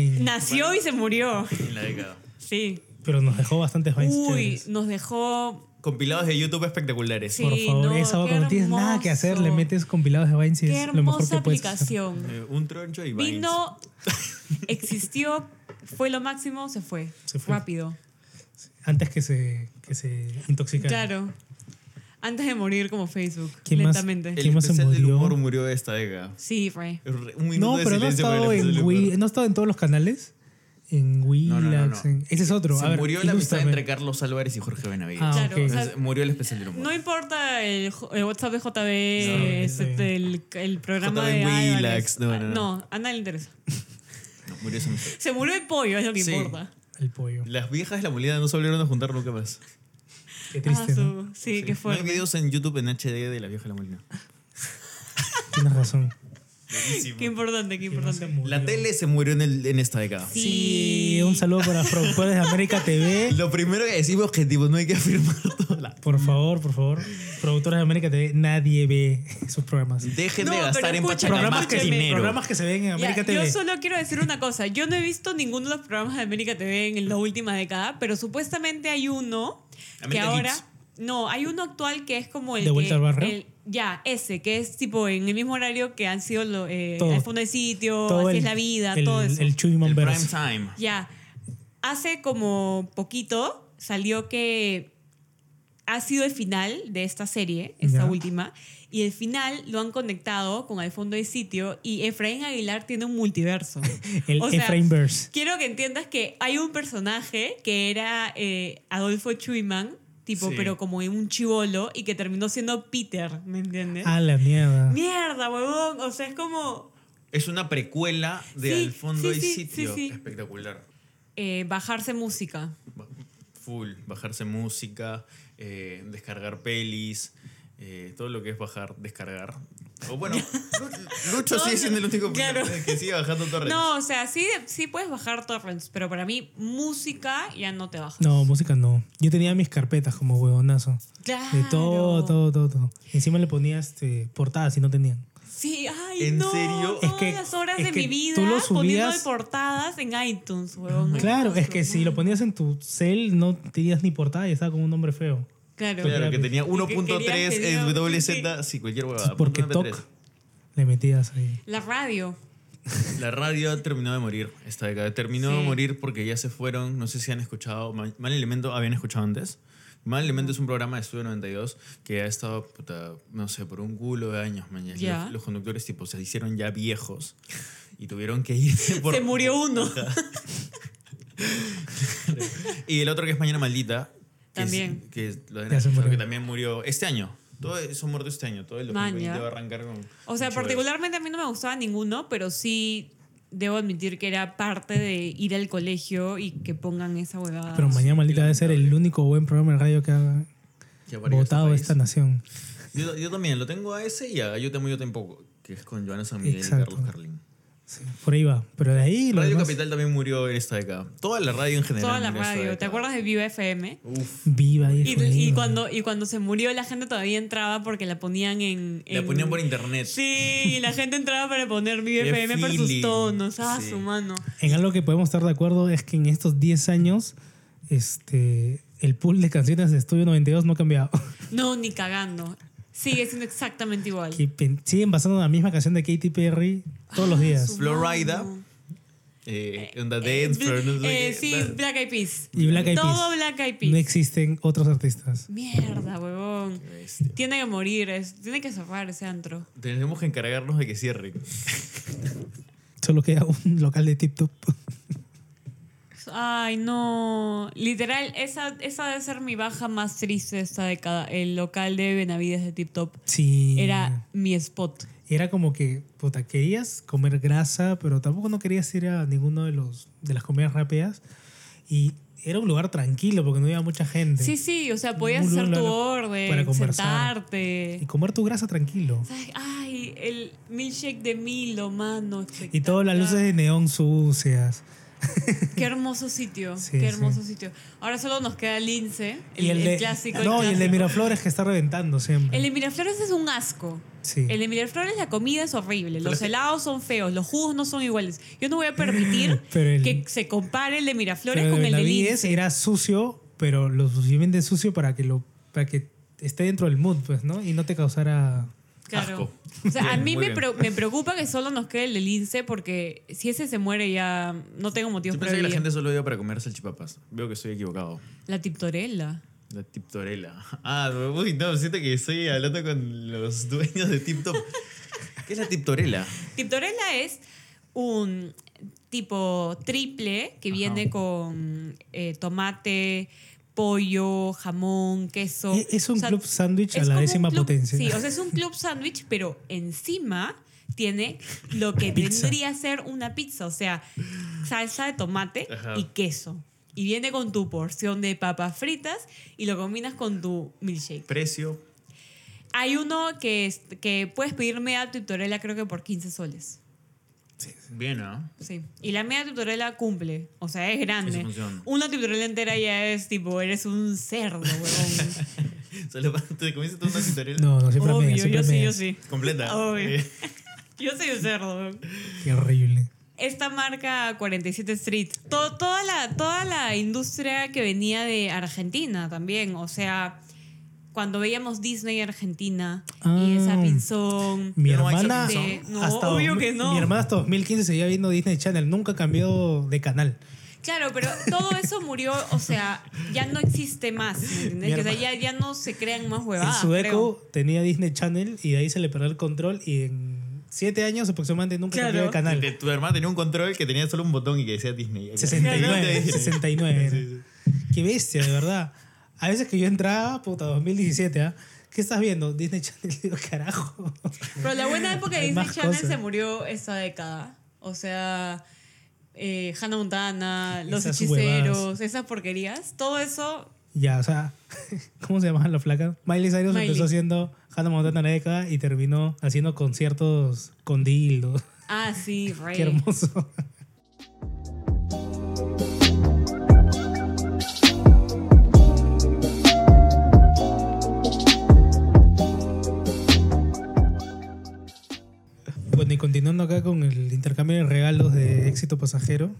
C: Vine.
B: Nació y se murió.
A: en la década.
B: Sí.
C: Pero nos dejó bastantes vines.
B: Uy,
C: chéveres.
B: nos dejó
A: Compilados de YouTube espectaculares.
B: Sí,
C: Por favor,
B: no,
C: esa sábado
B: qué
C: cuando no tienes nada que hacer, le
B: hermoso.
C: metes compilados de Vines y
B: Qué
C: es lo mejor
B: hermosa
C: que puedes hacer.
B: aplicación.
A: Eh, un troncho y Vines.
B: Vino, existió, fue lo máximo, se fue.
C: Se fue.
B: Rápido.
C: Antes que se, que se intoxicara.
B: Claro. Antes de morir como Facebook.
C: ¿Quién más?
B: lentamente.
A: El
C: ¿Quién más se
A: especial del
C: murió?
A: humor murió esta década.
B: Sí, Ray.
A: Un minuto
C: No,
A: de
C: pero no ha
A: silencio para el
C: estado
A: especial
C: en
A: del
C: Wii,
A: humor.
C: no ha estado en todos los canales. En Wii,
A: No, no, no, no.
C: ese es otro.
A: Se
C: A ver,
A: murió la amistad
C: ilústrame.
A: entre Carlos Álvarez y Jorge Benavides.
C: Ah,
B: Claro,
C: ok.
B: o sea,
A: Entonces, murió el especial del humor.
B: No importa el, jo- el WhatsApp de JB,
C: No,
B: es
C: está
B: este, el, el programa
A: JB
B: de Álvarez.
A: Willax, no,
B: Ah,
A: no, no.
B: a nadie le interesa.
A: No, murió esa amistad.
B: Se murió el pollo, es lo que
A: Sí.
B: importa.
C: El pollo.
A: Las viejas de la molida no se volvieron a juntar nunca más.
C: Qué triste,
B: Ah, su-
C: ¿no?
B: sí,
A: Sí.
B: qué
A: No hay
B: fuerte.
A: videos en YouTube en HD de la vieja de la molina.
B: [laughs]
C: Tienes razón.
A: pues.
B: qué importante, qué
C: Que no se
B: importante.
C: murió.
A: La tele se murió en, el- en esta década.
C: Sí, un saludo para los productores de América TV.
A: Lo primero que decimos que tipo, [laughs] no hay que afirmar todo. La...
C: Por favor, por favor. Productores de América TV, nadie ve sus programas.
A: Dejen
B: No,
A: de
B: pero
A: gastar en
B: escúchame,
A: Pachamama más que
B: escúchame.
A: dinero.
C: Programas que se ven en
B: Ya,
C: América
B: yo
C: TV.
B: solo quiero decir una cosa. Yo no he visto ninguno de los programas de América TV en la última década, pero supuestamente hay uno que
A: América
B: ahora.
A: Geeks.
B: No, hay uno actual que es como el.
C: ¿De vuelta
B: que-
C: al barrio?
B: el- ya, ese, que es tipo en el mismo horario que han sido lo, eh,
C: Todo.
B: al fondo de sitio,
C: Todo
B: así
C: el-
B: es la vida,
C: el,
B: todo eso.
C: El Chuy
A: El prime
C: Monveras.
A: time.
B: Ya. Hace como poquito salió que ha sido el final de esta serie, esta
C: Ya.
B: última, y el final lo han conectado con Al fondo del sitio y Efraín Aguilar tiene un multiverso.
C: [laughs] El
B: O sea,
C: Efraín Verse.
B: Quiero que entiendas que hay un personaje que era eh, Adolfo Chuyman, tipo,
A: Sí.
B: pero como en un chivolo, y que terminó siendo Peter, ¿me entiendes?
C: A la mierda.
B: Mierda, huevón. O sea, es como...
A: Es una precuela de
B: Sí,
A: Al fondo
B: sí,
A: y
B: sí,
A: sitio.
B: sí, sí.
A: Espectacular.
B: eh, bajarse música.
A: Ba- Full. Bajarse música, eh, descargar pelis, eh, todo lo que es bajar, descargar. O
B: [laughs]
A: bueno, Lu- Lucho
B: No,
A: sigue
B: no,
A: siendo el único
B: claro.
A: que sigue bajando torres.
B: No, o sea, sí, sí puedes bajar torrents, pero para mí música ya no te bajas.
C: No, música no. Yo tenía mis carpetas como huevonazo.
B: Claro.
C: De todo, todo, todo, todo. Encima le ponía este, portadas y no tenían.
B: Sí, ay,
A: ¿En
B: no,
A: serio?
B: Todas
C: Es que-
B: las horas
C: es
B: de
C: que
B: mi vida
C: tú lo
B: poniendo de
C: subías-
B: portadas en iTunes, huevón.
C: Claro,
B: Ay,
C: es que si lo ponías en tu cel no tenías ni portada y estaba como un nombre feo.
A: Ah,
B: Claro.
A: Claro, que tenía
B: Y que
A: 1.3
B: querías que
A: en
B: diga-
A: WZ, sí, cualquier huevada.
C: Porque
A: punto MP3.
C: toc le metías ahí.
B: La radio.
A: La radio terminó de morir esta década. Terminó de
B: Sí.
A: morir porque ya se fueron. No sé si han escuchado. Ma- Mal Elemento habían escuchado antes. Mal Elemento es un programa de Estudio 92 que ha estado, puta, no sé, por un culo de años, man. ya.
B: Ya.
A: Los, los conductores tipo se hicieron ya viejos y tuvieron que irse por...
B: [laughs] Se murió uno.
A: Y el otro que es Mañana Maldita. que es-
B: También.
A: Que, es lo de
C: Ya se
A: Nacho,
C: murió.
A: que también murió este año. Todo eso muerto este año. Todo el
B: Man,
A: 2020
B: ya.
A: va a arrancar con...
B: O sea,
A: mucho
B: particularmente a mí no me gustaba ninguno, pero sí debo admitir que era parte de ir al colegio y que pongan esa huevada.
C: Pero mañana maldita debe ser el
A: lamentable.
C: único buen programa de radio que ha
A: que aparezca
C: votado
A: este
C: esta
A: país.
C: nación.
A: yo, yo también, lo tengo a ese y a Yo Temo Yo Tampoco, que es con Joana San Miguel
C: Exacto.
A: y Carlos Carlín.
C: Sí, por ahí va. Pero de ahí lo
A: Radio
C: demás-
A: Capital también murió en esta década. Toda la radio en general.
B: Toda la
A: murió en esta
B: radio. ¿Te
A: década.
B: acuerdas de Viva FM?
A: Uf.
C: Viva
B: Y,
C: hijo
B: y
C: mío.
B: cuando, y cuando se murió la gente todavía entraba porque la ponían en...
A: La
B: en-
A: ponían por internet.
B: Sí, y la gente entraba para poner Viva
A: Qué
B: FM por sus
A: feeling.
B: tonos. Ah,
A: Sí.
B: su mano.
C: En algo que podemos estar de acuerdo es que en estos 10 años este, el pool de canciones de Estudio 92 no ha cambiado. [laughs]
B: No, ni cagando. Sigue siendo exactamente igual.
C: Que pen- siguen pasando la misma canción de Katy Perry todos los días.
B: Ah, Su
A: Florida.
B: mano.
A: Eh, on the
B: Eh,
A: dance floor, no sé
B: eh,
A: qué,
B: sí,
A: tal.
B: Black Eyed Peas.
C: Y Black Eyed
B: Todo
C: Peas.
B: Black Eyed Peas.
C: No existen otros artistas.
B: Mierda, huevón.
A: Qué bestia.
B: Tiene que morir, es- tiene que cerrar ese antro.
A: Tenemos que encargarnos de que cierren.
C: Solo queda un local de Tip Top. [laughs]
B: Ay, no. Literal, esa, esa debe ser mi baja más triste esta década. El local de Benavides de Tip Top
C: Sí.
B: era mi spot.
C: Era como que, puta, querías comer grasa, pero tampoco no querías ir a ninguno de, los, de las comidas rápidas. Y era un lugar tranquilo porque no había mucha gente.
B: Sí, sí, o sea, podías
C: Un
B: hacer tu
C: lugar para
B: orden,
C: conversar. Y
B: sentarte.
C: comer tu grasa tranquilo.
B: ¿Sabes? Ay, el milkshake de Milo, mano.
C: Y todas las luces de neón sucias.
B: Qué hermoso sitio,
C: Sí,
B: qué hermoso
C: sí.
B: sitio. Ahora solo nos queda el lince, el,
C: y el,
B: el
C: de,
B: clásico.
C: No, y el de
B: clásico.
C: Miraflores que está reventando siempre.
B: El de Miraflores es un asco.
C: sí.
B: El de Miraflores la comida es horrible,
A: Pero
B: los
A: es que-
B: helados son feos, los jugos no son iguales. Yo no voy a permitir
C: [laughs] Pero el-
B: que se compare el de Miraflores
C: pero
B: con el de
C: Benavides
B: Lince.
C: era sucio, pero lo suficientemente sucio para que lo para que esté dentro del mood, pues, ¿no? Y no te causara
B: Claro.
A: Asco.
B: O sea, a
A: Bien,
B: mí
A: muy
B: me,
A: bien.
B: pre- me preocupa que solo nos quede el de Lince porque si ese se muere ya no tengo motivos
A: Yo
B: para
A: pensé que la
B: vivir.
A: gente solo iba para comer salchipapas. Veo que estoy equivocado.
B: La tiptorella. la
A: La Tiptorela. [laughs] Ah, uy, no, siento que estoy hablando con los dueños de Tip Top. ¿Qué es la Tiptorela?
B: Tiptorella es un tipo triple que
A: Ajá.
B: viene con eh, tomate, pollo, jamón, queso.
C: Es- E-, es un club sándwich a
B: es
C: la
B: como un
C: décima
B: club-
C: potencia.
B: Sí, o sea, es un club sándwich, pero encima tiene lo que
C: [laughs] Pizza.
B: tendría ser una pizza, o sea, salsa de tomate
A: Ajá.
B: y queso. Y viene con tu porción de papas fritas y lo combinas con tu milkshake.
A: Precio.
B: Hay uno que, es- que puedes pedir media tutorela creo que por 15 soles.
A: Bien, ¿ah?
B: Sí. Y la media tutorela cumple. O sea, es
A: Eso
B: grande.
A: funciona.
B: Una tutorela entera ya es tipo, eres un cerdo,
C: [laughs]
A: [laughs]
B: huevón.
A: Solo para- te comiste toda una Tiptorela
C: [laughs] No, Ah, no siempre
B: Obvio,
C: me
B: yo
C: siempre
B: sí,
C: me-
B: yo sí.
A: completa.
B: Obvio.
C: [laughs]
A: Eh,
B: Yo soy un cerdo, huevón.
C: Qué horrible.
B: Esta marca 47 Street, to- toda, la, toda la industria que venía de Argentina también, o sea, cuando veíamos Disney Argentina y
C: Ah.
B: esa pinzón,
C: Mi
A: Pero no hay
C: hermana
B: Sabrina. Sí, no,
C: hasta
B: obvio
C: dos-
B: que no.
C: Mi hermana hasta 2015 seguía viendo Disney Channel, nunca cambió de canal.
B: Claro, pero todo eso murió, o sea, ya no existe más, ¿me entiendes?
C: Mi
B: O sea,
C: herma-
B: ya, ya no se crean más
C: en
B: huevadas. creo.
C: Sudeco tenía Disney Channel y de ahí se le perdió el control y en 7 años aproximadamente nunca
B: Claro.
C: cambió de canal.
A: que tu hermana tenía un control que tenía solo un botón y que decía
C: [laughs]
A: Disney. [laughs]
C: 69,
A: Disney.
C: 69. Qué bestia, de verdad. A veces que yo entraba, puta, 2017, ¿ah? ¿Qué estás viendo? Disney Channel, [laughs] digo, carajo.
B: Pero la buena época de
C: Hay
B: Disney
C: más
B: Channel
C: cosas.
B: se murió esta década. O sea, eh, Hannah Montana, Los
C: Esas
B: Hechiceros,
C: huevadas.
B: esas porquerías. Todo eso,
C: Ya, o sea, [laughs] ¿cómo se llamaban las flacas? Miley Cyrus
B: Miley.
C: empezó haciendo Hannah Montana en la década y terminó haciendo conciertos con dildos.
B: ah, sí,
C: Qué
B: rey.
C: hermoso. Bueno, y continuando acá con el intercambio de regalos de éxito pasajero,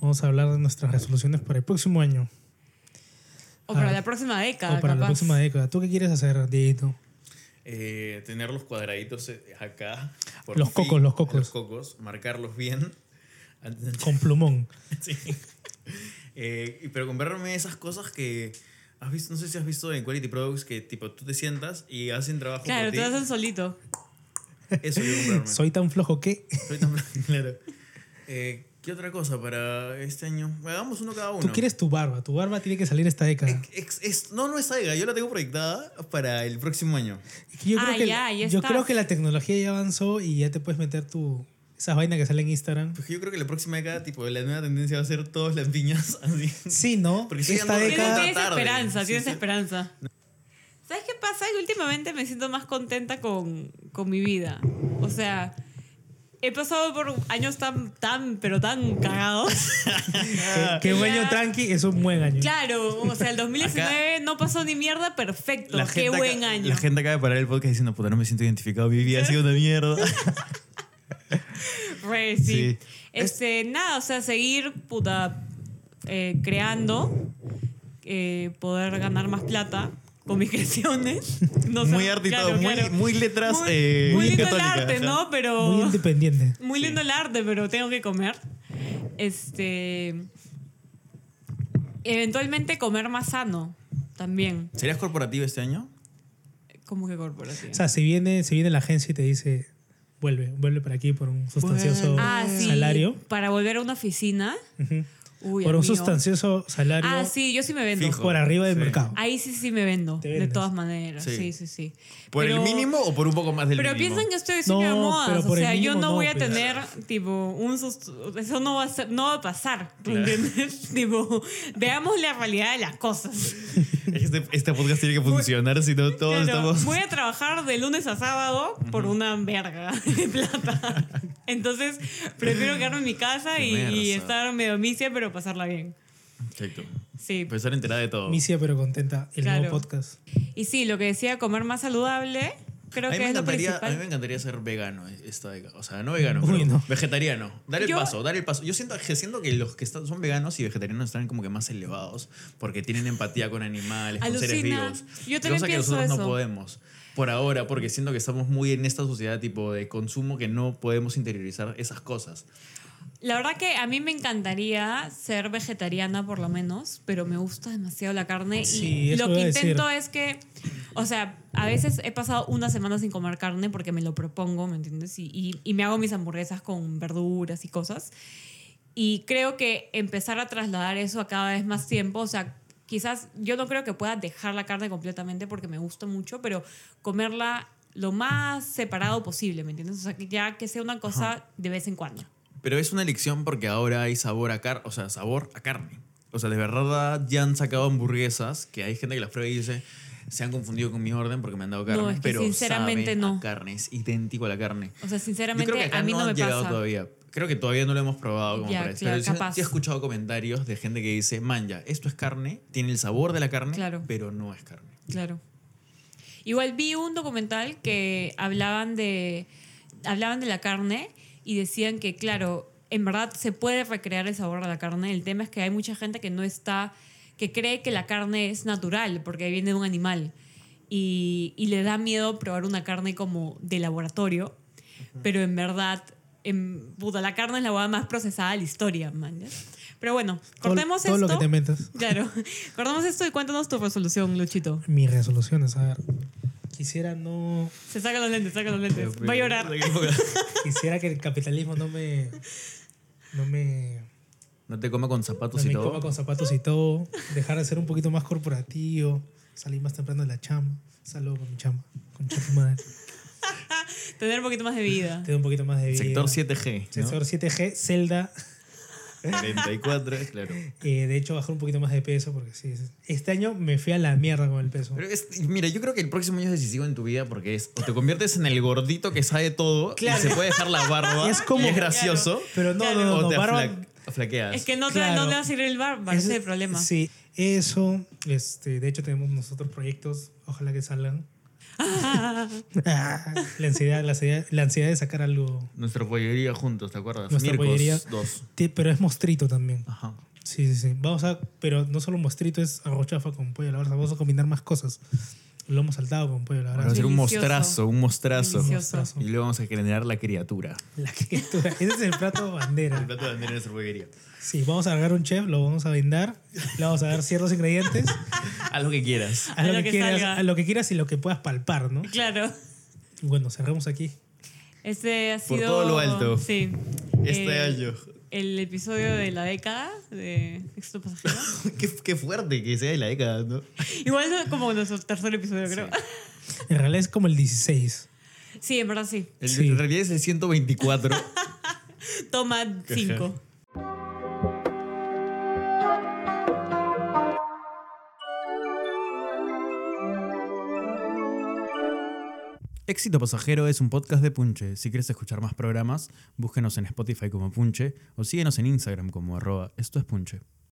C: vamos a hablar de nuestras resoluciones para el próximo año
B: O para
C: Ah.
B: la próxima década,
C: o para la
B: capaz.
C: próxima década. ¿Tú qué quieres hacer, Dieguito?
A: Eh, tener los cuadraditos eh, acá. por
C: Los
A: fin,
C: cocos, los cocos.
A: Los cocos, marcarlos bien. [laughs] Antes de-
C: Con plumón.
A: Sí. Eh, y- pero comprarme esas cosas que ¿Has visto, no sé si has visto en Quality Products que tipo tú te sientas y hacen trabajo
B: Claro,
A: por ti.
B: todos son solitos.
A: [laughs] Eso yo comprarme.
C: [laughs] Soy tan flojo que.
A: Soy tan [laughs] claro. Eh, ¿Qué otra cosa para este año? Hagamos uno cada uno.
C: Tú quieres tu barba. Tu barba tiene que salir esta década.
A: Ex- es- no, no es Saiga, yo la tengo proyectada para el próximo año.
C: Es que yo
B: Ah,
C: creo que,
B: ya, ya
C: yo
B: estás.
C: creo que la tecnología ya avanzó y ya te puedes meter tu. Esas vainas que salen
A: [laughs]
C: en Instagram.
A: Porque Pues yo creo que la próxima década, tipo, la nueva tendencia va a ser todas las piñas [laughs] así.
C: Sí, ¿no?
A: Porque estoy
C: esta
A: andando de
B: Tienes,
A: cada
C: década.
B: tienes
A: tarde.
B: esperanza,
A: Sí,
B: tienes
A: sí.
B: esperanza. ¿Sabes qué pasa? Que últimamente me siento más contenta con, con mi vida. O sea, he pasado por años tan, tan, pero tan cagados.
C: [laughs] Que, que un año
B: Ya.
C: tranqui es un buen año.
B: Claro, o sea, el 2019 no pasó ni mierda, perfecto. Qué
A: acá-
B: buen año.
A: La gente acaba de parar el podcast diciendo, puta, no me siento identificado, mi vida ha sido una mierda.
B: Re, sí.
A: Sí.
B: Este, nada, o sea, seguir puta eh, creando, eh, poder ganar más plata con mis [laughs] creaciones. [laughs] No
A: [laughs]
B: sé,
A: muy artitado,
B: claro,
A: muy,
B: claro.
A: muy letras.
B: Muy-
A: eh,
B: muy lindo el
A: católicas,
B: arte,
A: ajá.
B: ¿no? Pero
C: Muy independiente.
B: [laughs] muy lindo el arte, pero tengo que comer. Este, eventualmente comer más sano también,
A: ¿Serías corporativo este año?
B: como que corporativo.
C: O sea, si viene, si viene la agencia y te dice, vuelve, vuelve para aquí por un sustancioso
B: ah, sí,
C: salario.
B: para volver a una oficina.
C: Ujú.
B: Uy,
C: por un
B: amigo.
C: sustancioso salario
B: Ah, sí, yo sí me vendo.
A: Fijo.
C: por arriba del
A: Sí.
C: mercado.
B: Ahí sí, sí me vendo.
C: Te
B: De
C: vendes.
B: todas maneras. Sí,
A: Sí.
B: sí, sí.
A: ¿Por
B: Pero-
A: el mínimo o por un poco más del
B: Pero
A: mínimo?
B: piensan que estoy
C: No,
B: diciendo modas.
C: pero
B: O
C: por el
B: sea, yo
C: mínimo
B: no,
C: no,
B: voy a
C: pues.
B: tener, tipo, un sust- Eso no va a, ser, no va a pasar. ¿me ¿Entiendes? [laughs] tipo, veamos la realidad de las cosas.
A: Este, este podcast tiene que funcionar, si no todos
B: Claro,
A: estamos...
B: Voy a trabajar de lunes a sábado por una verga de plata. Entonces, prefiero quedarme en mi casa
A: Qué
B: y, y
A: merza.
B: estar medio misia, pero pasarla bien.
A: Perfecto.
B: Sí.
A: Pues estar enterada de todo.
C: Misia pero contenta, el
B: Claro.
C: nuevo podcast.
B: Y sí, lo que decía, comer más saludable, creo
A: a, mí
B: que
A: me
B: es
A: encantaría,
B: lo
A: a mí me
B: principal.
A: encantaría ser vegano eh, esta década. O sea, no vegano,
C: Uy,
A: pero
C: no.
A: vegetariano. Dar el
B: Yo-
A: paso, dar el paso. Yo siento, que siento que los que están, son veganos y vegetarianos están como que más elevados porque tienen empatía con animales, con seres
B: Alucina.
A: vivos.
B: Yo también
A: cosa que
B: pienso
A: nosotros
B: eso.
A: no podemos. Por ahora, porque siento que estamos muy en esta sociedad tipo de consumo que no podemos interiorizar esas cosas.
B: La verdad que a mí me encantaría ser vegetariana por lo menos, pero me gusta demasiado la carne
C: Sí,
B: y
C: eso
B: lo que
C: iba a decir.
B: intento es que, o sea, a veces he pasado una semana sin comer carne porque me lo propongo, ¿me entiendes? Y, y- y me hago mis hamburguesas con verduras y cosas. Y creo que empezar a trasladar eso a cada vez más tiempo, o sea, quizás yo no creo que pueda dejar la carne completamente porque me gusta mucho, pero comerla lo más separado posible, ¿me entiendes? O sea, que ya que sea una cosa de vez en cuando.
A: Pero es una elección porque ahora hay sabor a carne, o sea, sabor a carne. O sea, de verdad ya han sacado hamburguesas que hay gente que las prueba y dice, se han confundido con mi orden porque me han dado carne,
B: No, es que
A: pero
B: sinceramente
A: saben
B: no.
A: a carne, es idéntico a la carne.
B: O
A: Yo creo
B: sea,
A: que
B: sinceramente,
A: acá
B: a mí no,
A: han
B: me
A: llegado
B: pasa.
A: todavía. Creo que todavía no lo hemos probado como
B: Ya,
A: para eso.
B: claro,
A: pero sí-
B: capaz.
A: sí he escuchado comentarios de gente que dice, man, ya, esto es carne, tiene el sabor de la carne,
B: Claro.
A: pero no es carne.
B: Claro. Igual vi un documental que hablaban de, hablaban de la carne y decían que, claro, en verdad se puede recrear el sabor de la carne. El tema es que hay mucha gente que no está, que cree que la carne es natural porque viene de un animal y, y le da miedo probar una carne como de laboratorio, pero en verdad... En, puta, la carne es la hueá más procesada de la historia, man. ¿ya? Pero bueno,
C: Todo-
B: cortemos
C: todo,
B: esto.
C: lo que te metas.
B: Claro. Cortamos esto y cuéntanos tu resolución, Luchito.
C: Mi resolución es, a ver, quisiera no...
B: Se saca los lentes, saca los lentes. Va a llorar.
C: Quisiera que el capitalismo no me... No me...
A: [laughs] No te coma con zapatos
C: no
A: y
C: me
A: todo.
C: coma con zapatos y todo. Dejar de ser un poquito más corporativo. Salir más temprano de la chamba. Saludo con mi chamba. Con chamba madre.
B: Tener un poquito más de vida.
C: Te doy un poquito más de vida.
A: Sector 7G. ¿no?
C: Sector 7G. Zelda.
A: 44, claro.
C: Eh, de hecho, bajar un poquito más de peso porque sí. es- Este año me fui a la mierda con el peso.
A: Pero es- mira, yo creo que el próximo año es decisivo en tu vida porque es o te conviertes en el gordito que sabe todo
C: Claro.
A: y se puede dejar la barba
C: [laughs] Es como-
A: y es gracioso
C: Pero no,
B: Claro.
C: no, no,
A: o
C: no,
A: te
C: barba-
A: afla- aflaqueas.
B: Es que no te,
C: Claro.
B: no te va a servir el bar, ese es el problema.
C: Sí, eso. Este, de hecho, tenemos nosotros proyectos. Ojalá que salgan. Ah, [laughs] la, ansiedad, la, ansiedad, la ansiedad de sacar algo.
A: Nuestra pollería juntos, ¿te acuerdas?
C: Nuestra
A: Mircos
C: pollería.
A: dos.
C: Te- Pero es mostrito también.
A: Ajá.
C: Sí, sí, sí. Vamos a. Pero no solo mostrito es arrochafa con pollo a la brasa. Vamos a combinar más cosas. Lomo saltado con pollo, la
A: Vamos a
C: verdad.
A: hacer un
B: Delicioso.
A: mostrazo, un mostrazo.
B: Delicioso.
A: Y luego vamos a generar la criatura.
C: [laughs] La criatura. Ese es el plato
A: El
C: bandera.
A: plato de bandera de nuestra pollería.
C: Sí, vamos a agarrar un chef, lo vamos a vendar, le vamos a dar ciertos ingredientes,
A: Haz lo que quieras.
C: [laughs] a lo, que, quieras, a lo que quieras y lo que puedas palpar, ¿no?
B: Claro.
C: Bueno, cerramos aquí.
B: Este ha
A: Por
B: sido.
A: todo lo alto.
B: Sí.
A: Este
B: Eh,
A: año.
B: El episodio de la década de Sexto Pasajero.
A: [laughs] [laughs] Qué, qué fuerte que sea de la década, ¿no?
B: Igual no- como nuestro tercer episodio, creo.
C: En realidad es como el 16.
B: Sí, en verdad sí.
A: El,
C: Sí.
A: En realidad es el 124.
B: Toma cinco.
A: Éxito Pasajero es un podcast de Punche. Si quieres escuchar más programas, búsquenos en Spotify como Punche o síguenos en Instagram como arroba esto es Punche.